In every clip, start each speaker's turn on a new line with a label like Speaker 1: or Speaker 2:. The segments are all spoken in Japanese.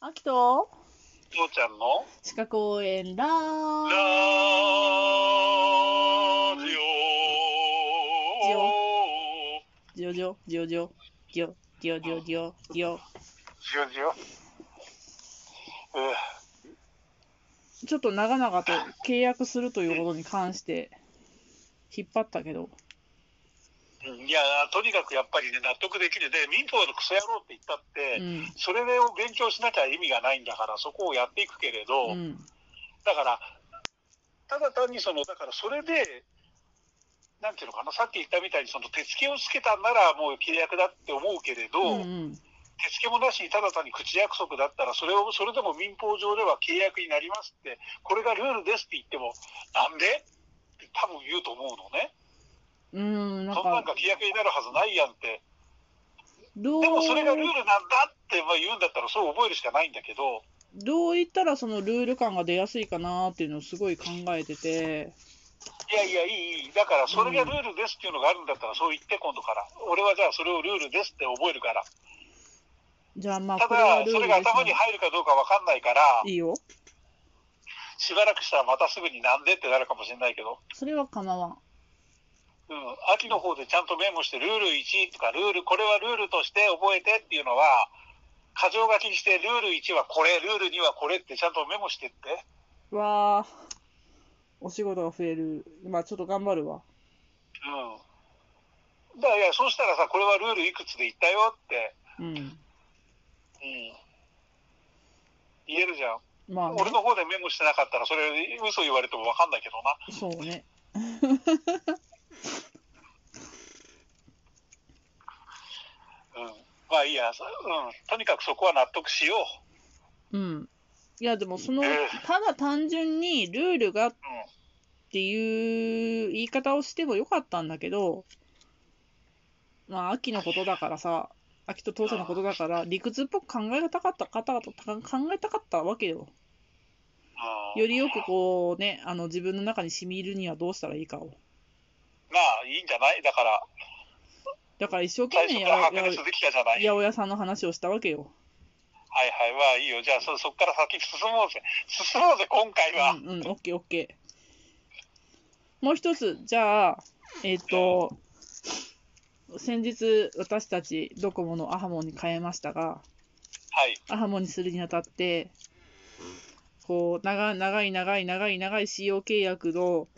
Speaker 1: あきと
Speaker 2: 父ちゃんの
Speaker 1: 鹿公園ラ
Speaker 2: ラ
Speaker 1: ー
Speaker 2: ジ
Speaker 1: ジオジョ
Speaker 2: オ
Speaker 1: ジョジョジョジョジョジョジョジョ
Speaker 2: ジオジオえ
Speaker 1: ちょっと長々と契約するということに関して引っ張ったけど
Speaker 2: ーいやーとにかくやっぱりね納得できるで民法のクソ野郎って言ったっ
Speaker 1: う
Speaker 2: て、
Speaker 1: ん
Speaker 2: それを勉強しなきゃ意味がないんだからそこをやっていくけれ
Speaker 1: う
Speaker 2: ど、
Speaker 1: ん
Speaker 2: だからただ単にそのだからそれでなんていうのかなさっき言ったみたいにその手付けをつけたんならもう契約だって思うけれど、
Speaker 1: うんうん
Speaker 2: 手付けもなしにただ単に口約束だったらそれをそれでも民法上では契約になりますってこれがルールですって言ってもなんでって多分言うと思うのね
Speaker 1: うんなん
Speaker 2: そんなん
Speaker 1: か
Speaker 2: か契約になるはずないやんって
Speaker 1: どう
Speaker 2: でもそれがルールなんだってまあ言うんだったらそう覚えるしかないんだけど
Speaker 1: どう言ったらそのルール感が出やすいかなっていうのをすごい考えてて
Speaker 2: いやいやいいいいだからそれがルールですっていうのがあるんだったらそう言って今度から俺はじゃあそれをルールですって覚えるから
Speaker 1: じゃあまあ
Speaker 2: た
Speaker 1: これは
Speaker 2: だ
Speaker 1: ルー
Speaker 2: そ
Speaker 1: ルで
Speaker 2: れが
Speaker 1: す
Speaker 2: 頭に入るかどうかわかんないから
Speaker 1: いいよ
Speaker 2: しばらくしたらまたすぐになんでってなるかもしれないけど
Speaker 1: それは構わん
Speaker 2: うん、秋の方でちゃんとメモして、ルール1とか、ルール、これはルールとして覚えてっていうのは、箇条書きにして、ルール1はこれ、ルール2はこれってちゃんとメモしてって。
Speaker 1: わあ、お仕事が増える。今ちょっと頑張るわ。
Speaker 2: うん。だから、いや、そうしたらさ、これはルールいくつで言ったよって、
Speaker 1: うん。
Speaker 2: うん。言えるじゃん。
Speaker 1: まあ、
Speaker 2: 俺
Speaker 1: ね、
Speaker 2: の方でメモしてなかったら、それ、嘘言われてもわかんないけどな。
Speaker 1: そうね。
Speaker 2: うん。まあいいや、そうん。とにかくそこは納得しよう。
Speaker 1: うん。いや、でもその、
Speaker 2: ええ
Speaker 1: ただ単純にルールがっ
Speaker 2: うん。
Speaker 1: ていう言い方をしてもよかったんだけど、まあ、秋のことだからさ、秋と父ちゃんのことだから、理屈っぽく考えたかった、かたかった考えたかったわけよ。
Speaker 2: うん
Speaker 1: よりよくこうね、あの自分の中に染み入るにはどうしたらいいかを。
Speaker 2: まあ、いいんじゃないだから、
Speaker 1: だから一生懸
Speaker 2: 最
Speaker 1: 命
Speaker 2: 初
Speaker 1: や
Speaker 2: から
Speaker 1: や
Speaker 2: 白熱できたじゃない
Speaker 1: 八。百屋さんの話をしたわけよ。
Speaker 2: はいはい、まあいいよ。じゃあそ、そっから先進もうぜ。進もうぜ、今回は。
Speaker 1: うんうん、オッケーオッケー。もう一つ、じゃあ、えっ、と、先日私たちドコモのアハモンに変えましたが、
Speaker 2: はい。
Speaker 1: アハモンにするにあたって、こう、長い長い長い長い長い使用契約の、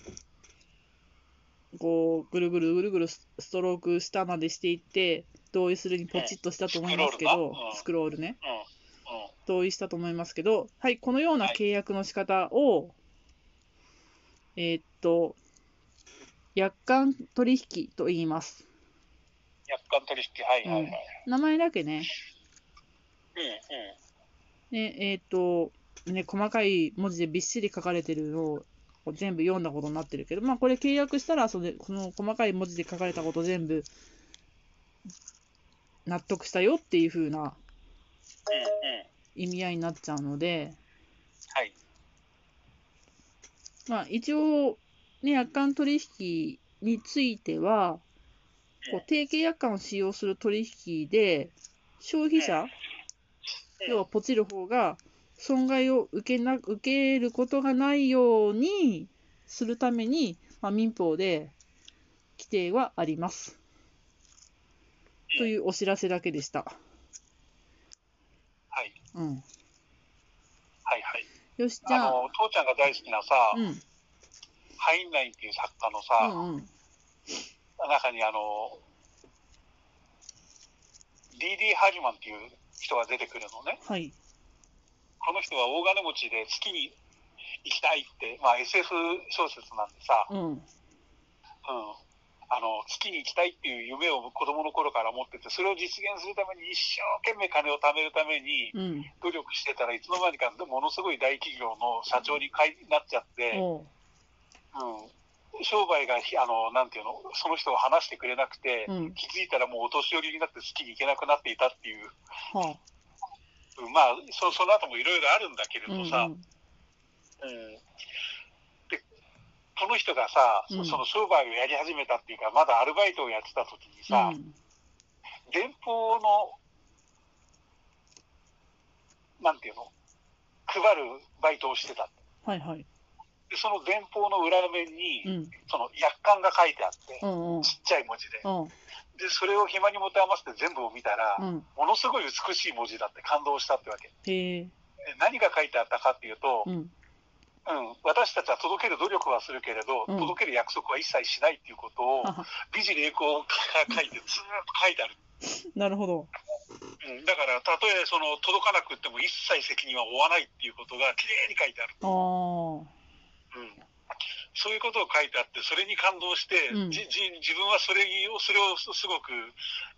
Speaker 1: こう、ぐるぐるぐるぐるスストローク下までしていって、同意するにポチッとしたと思いますけど、ス
Speaker 2: ス
Speaker 1: クロールね、
Speaker 2: うん。うん。
Speaker 1: 同意したと思いますけど、はい、このような契約の仕方を、えーっと、約款取引と言います。
Speaker 2: 約款取引、はいはいはい。うん。うん。
Speaker 1: 名前だけね、ねえーっと、ね、細かい文字でびっしり書かれてるのをこう全部読んだことになってるけど、まあ、これ契約したらその、この細かい文字で書かれたこと全部納得したよっていう風な
Speaker 2: うん。うん。
Speaker 1: 意味合いになっちゃうので、
Speaker 2: はい。
Speaker 1: まあ、一応、ね、約款取引については、こう定型約款を使用する取引で、消費者、
Speaker 2: え
Speaker 1: 要はポチる方が、損害を受けな受けることがないようにするために、まあ、民法で規定はあります。
Speaker 2: え
Speaker 1: というお知らせだけでした。
Speaker 2: はい。
Speaker 1: うん、
Speaker 2: はいはい。
Speaker 1: よし、じ
Speaker 2: あ
Speaker 1: ゃあ、
Speaker 2: の、父ちゃんが大好きなさ、
Speaker 1: うん、
Speaker 2: ハインラインっていう作家の
Speaker 1: う
Speaker 2: さ、
Speaker 1: ん、うん。
Speaker 2: 中にあの、DD ハリマンっていう人が出てくるのね。
Speaker 1: はい。
Speaker 2: この人は大金持ちで月に行きたいって、まあ SF 小説なんでさ、
Speaker 1: うん、
Speaker 2: うんあの月に行きたいっていう夢を子供の頃から持っててそれを実現するために一生懸命金を貯めるために
Speaker 1: うん。
Speaker 2: 努力してたらいつの間にかものすごい大企業の社長にかいなっちゃって、
Speaker 1: おう
Speaker 2: うん、商売がひあのなんていうのその人を話してくれなくて、
Speaker 1: うん。
Speaker 2: 気づいたらもうお年寄りになって月に行けなくなっていたっていう、
Speaker 1: はあ。
Speaker 2: うんまあそその後もいろいろあるんだけれ
Speaker 1: う
Speaker 2: ど
Speaker 1: ん、うん。
Speaker 2: さ、うんでこの人がさ、
Speaker 1: うん
Speaker 2: その商売をやり始めたっていうかまだアルバイトをやってた時にさ、
Speaker 1: うん
Speaker 2: 電報のなんていうの、配るバイトをしてた。
Speaker 1: はいはい。
Speaker 2: でその前方の裏面に、
Speaker 1: うん。
Speaker 2: その約款が書いてあって
Speaker 1: う、んうん。
Speaker 2: ちっちゃい文字で。
Speaker 1: うん。
Speaker 2: で、それを暇に持て余して全部を見たら、
Speaker 1: うん。
Speaker 2: ものすごい美しい文字だって感動したってわけ。
Speaker 1: へえ。
Speaker 2: で何が書いてあったかっていうと、
Speaker 1: うん。
Speaker 2: うん、私たちは届ける努力はするけれど、
Speaker 1: うん
Speaker 2: 届ける約束は一切しないっていうことを
Speaker 1: はは、
Speaker 2: 美辞麗行から書いて、ずーっと書いてある。
Speaker 1: なるほど。
Speaker 2: うん、だから、たとえその届かなくっても一切責任は負わないっていうことが綺麗に書いてある。
Speaker 1: あ
Speaker 2: うん、そういうことを書いてあって、それに感動して、
Speaker 1: うん
Speaker 2: じじ自分はそれをそれをすすごく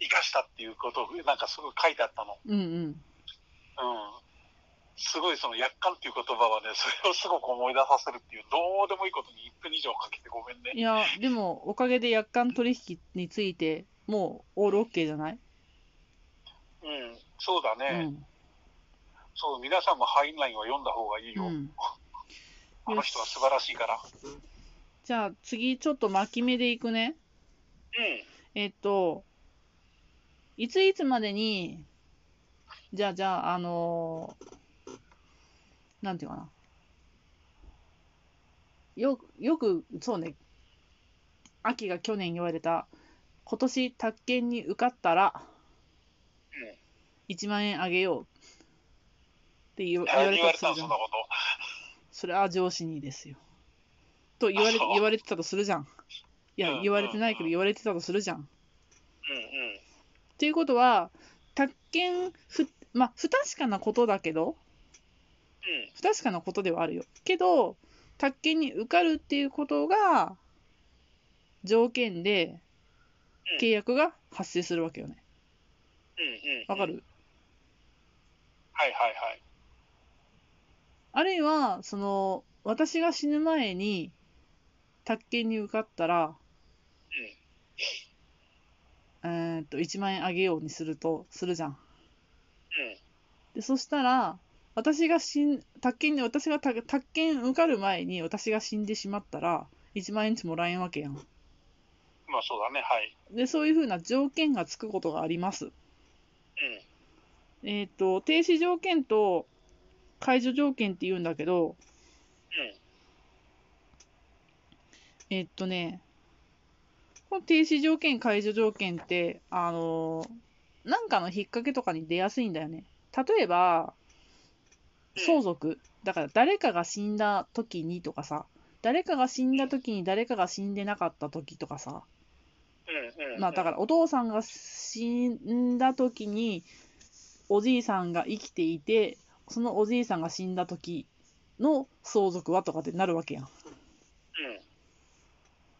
Speaker 2: 生かしたっていうことを、なんかすごい書いてあったの。
Speaker 1: あ。うんうん。
Speaker 2: うん、すごいその、約款っていう言葉はね、それをすごく思い出させるっていう、どうでもいいことに1分以上かけてごめんね。
Speaker 1: いや、でも、おかげで約款取引について、もうオールオッケーじゃない
Speaker 2: うん、そうだ
Speaker 1: う
Speaker 2: ね、
Speaker 1: ん。
Speaker 2: そう、皆さんもハインラインは読んだ方がいいよ。
Speaker 1: うん。
Speaker 2: あの人は素晴らしいから。
Speaker 1: じゃあ、次、ちょっと巻き目でいくね。
Speaker 2: うん、
Speaker 1: えっと、いついつまでに、じゃあ、じゃあ、あのーなんていうかな。よく、よく、そうね、秋が去年言われた、今年、宅建に受かったら
Speaker 2: うん、
Speaker 1: 1万円あげようって言わ言わ
Speaker 2: 何
Speaker 1: れ
Speaker 2: 言わ
Speaker 1: た
Speaker 2: れ
Speaker 1: とするじ
Speaker 2: たの
Speaker 1: ゃん
Speaker 2: そんな。こと。
Speaker 1: それは上司にですよ。と言われ
Speaker 2: あそう
Speaker 1: 言われてたとするじゃん。いや
Speaker 2: う、ん
Speaker 1: 言われてないけ
Speaker 2: う
Speaker 1: ど
Speaker 2: んうん
Speaker 1: 言われてたとするじゃん。
Speaker 2: うんうん。
Speaker 1: っていうことは、宅建ふ、まあ、不確かなことだけど、
Speaker 2: うん、
Speaker 1: 不確かなことではあるよ。けど、宅建に受かるっていうことが、条件で、
Speaker 2: うん
Speaker 1: 契約が発生するわけよね。
Speaker 2: うんうん。
Speaker 1: わかる
Speaker 2: はいはいはい。
Speaker 1: あるいは、その、私が死ぬ前に、宅建に受かったら、えーっと、1万円あげようにすると、するじゃん。
Speaker 2: うん、
Speaker 1: で、そしたら、私が死ん、宅建で、私が宅宅建受かる前に私が死んでしまったら、1万円ずつもらえんわけやん。
Speaker 2: うん。まあそうだね、はい。
Speaker 1: で、そういうふうな条件がつくことがあります。
Speaker 2: うん。
Speaker 1: えっ、と、停止条件と解除条件って言うんだけど、
Speaker 2: うん
Speaker 1: えっ、とね、この停止条件、解除条件って、あのーなんかの引っ掛けとかに出やすいんだよね。例えば、相続。だから誰かが死んだ時にとかさ、誰かが死んだ時に誰かが死んでなかった時とかさ、
Speaker 2: うんうん。。
Speaker 1: まあだかららお父さんが死んだ時におじいさんが生きていてそのおじいさんが死んだ時の相続はとかってなるわけやん
Speaker 2: うん。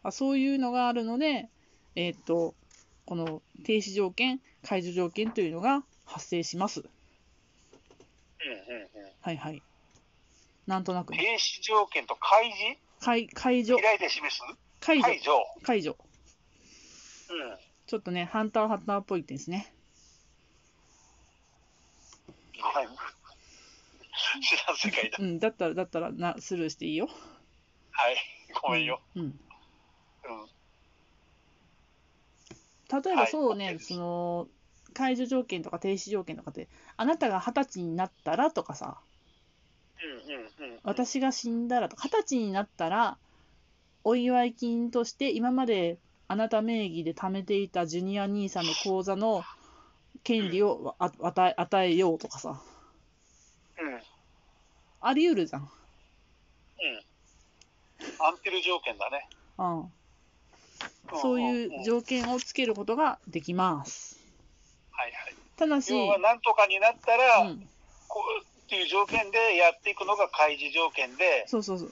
Speaker 1: あそういうのがあるのでえーっとこの停止条件解除条件というのが発生します
Speaker 2: うんうんうん。
Speaker 1: はいはいなんとなくね
Speaker 2: 停止条件と開示
Speaker 1: 解解除
Speaker 2: 開いて示す
Speaker 1: 解除
Speaker 2: 解除。
Speaker 1: 解除
Speaker 2: うん。
Speaker 1: ちょっとねハンターハンターっぽいですね
Speaker 2: はい。知らん世界だ。
Speaker 1: うんだったらだったらなスルーしていいよ
Speaker 2: はい。ごめんよ。
Speaker 1: うん
Speaker 2: うん。
Speaker 1: 例え
Speaker 2: は
Speaker 1: ば
Speaker 2: い
Speaker 1: そうね、
Speaker 2: OK です
Speaker 1: その解除条件とか停止条件とかってあなたが二十歳になったらとかさ
Speaker 2: うんうんうん。。
Speaker 1: 私が死んだらとか二十歳になったらお祝い金として今まであなた名義で貯めていたジュニア兄さんの口座の権利をわ与え与えようとかさ
Speaker 2: うん。うん。
Speaker 1: あり得るじゃん、
Speaker 2: アンテル条件だね。
Speaker 1: うん、そうい
Speaker 2: んん
Speaker 1: うん条件をつけることができます
Speaker 2: はいはい。
Speaker 1: ただし、
Speaker 2: 要は何とかになったら、
Speaker 1: うん、
Speaker 2: こうっていう条件でやっていくのが開示条件で、
Speaker 1: そうそうそう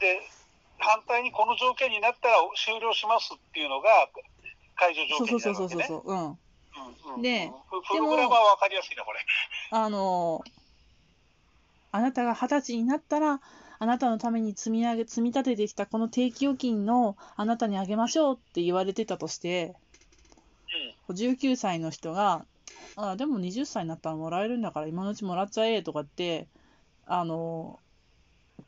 Speaker 2: で、反対にこの条件になったら終了しますっていうのが解除
Speaker 1: そ
Speaker 2: 条
Speaker 1: う
Speaker 2: 件
Speaker 1: そう
Speaker 2: にな
Speaker 1: そう
Speaker 2: る
Speaker 1: そう
Speaker 2: わけ
Speaker 1: そうそう
Speaker 2: ね。
Speaker 1: うん
Speaker 2: うんうんうん
Speaker 1: で
Speaker 2: ププログラマーは分かりやすいな、これ。
Speaker 1: あの、あなたが二十歳になったら、あなたのために積み上げ、積み立ててきたこの定期預金のあなたにあげましょうって言われてたとして、
Speaker 2: うん。
Speaker 1: 19歳の人が、あでも20歳になったらもらえるんだから今のうちもらっちゃえとかって、あの、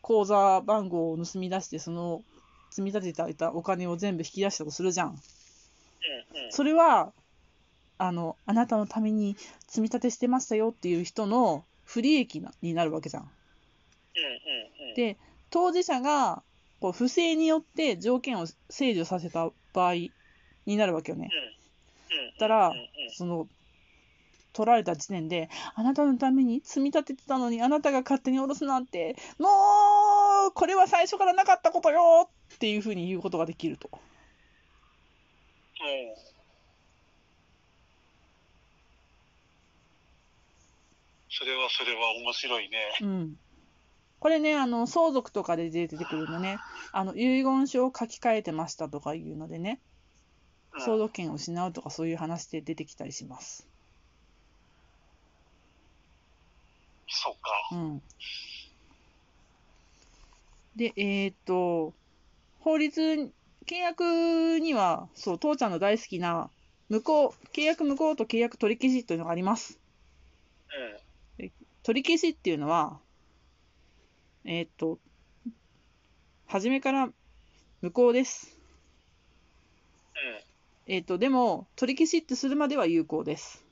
Speaker 1: 口座番号を盗み出して、その積み立ててあげたお金を全部引き出したとするじゃん。
Speaker 2: うんうん
Speaker 1: それはあのあなたのために積み立てしてましたよっていう人の不利益なになるわけじゃん。
Speaker 2: うんうんうん。
Speaker 1: で当事者がこう不正によって条件を制御させた場合になるわけよね。
Speaker 2: うん
Speaker 1: たら
Speaker 2: うんうん
Speaker 1: その取られた時点で、あなたのために積み立ててたのに、あなたが勝手に下ろすなんて、もう、これは最初からなかったことよっていうふうに言うことができると。
Speaker 2: うんそれはそれは面白いね。
Speaker 1: うん。これね、あの、相続とかで出てくるのね、あの、遺言書を書き換えてましたとかいうのでね、
Speaker 2: うん
Speaker 1: 相続権を失うとかそういう話で出てきたりします。
Speaker 2: そうか。
Speaker 1: うん。で、えーっと、法律、契約には、そう、父ちゃんの大好きな、無効、契約無効と契約取り消しというのがあります。
Speaker 2: うん。
Speaker 1: 取り消しっていうのは、えーっと、初めから無効です。えーっと、でも、取り消しってするまでは有効です。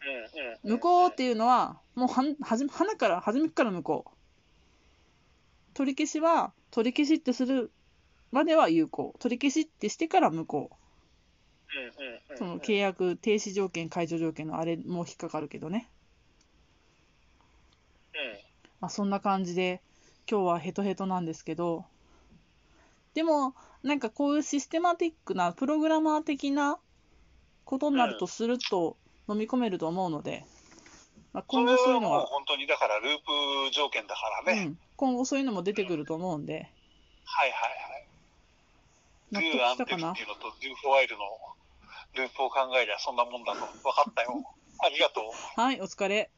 Speaker 2: うん。うん。うん。
Speaker 1: 無効っていうのは、もうはん、はじめ、花から、初めっから無効。取り消しは、取り消しってするまでは有効。取り消しってしてから無効。
Speaker 2: うんうんうん。
Speaker 1: その契約停止条件、解除条件のあれも引っかかるけどね。
Speaker 2: うん。
Speaker 1: まあ、そんな感じで、今日はヘトヘトなんですけど、でも、なんかこういうシステマティックな、プログラマー的なことになると、するっと飲み込めると思うので、まあ、今後そういうの
Speaker 2: それはもう
Speaker 1: が
Speaker 2: 本当にだからループ条件だからね。
Speaker 1: うん、今後そういうのも出てくると思うんで、
Speaker 2: はいは
Speaker 1: 納
Speaker 2: いは
Speaker 1: 得
Speaker 2: い。ドゥアン
Speaker 1: した
Speaker 2: テ
Speaker 1: か
Speaker 2: フ
Speaker 1: な
Speaker 2: っていうのとドゥフォワイルのループを考えりゃそんなもんだと分かったよ。ありがとう。
Speaker 1: はい、お疲れ。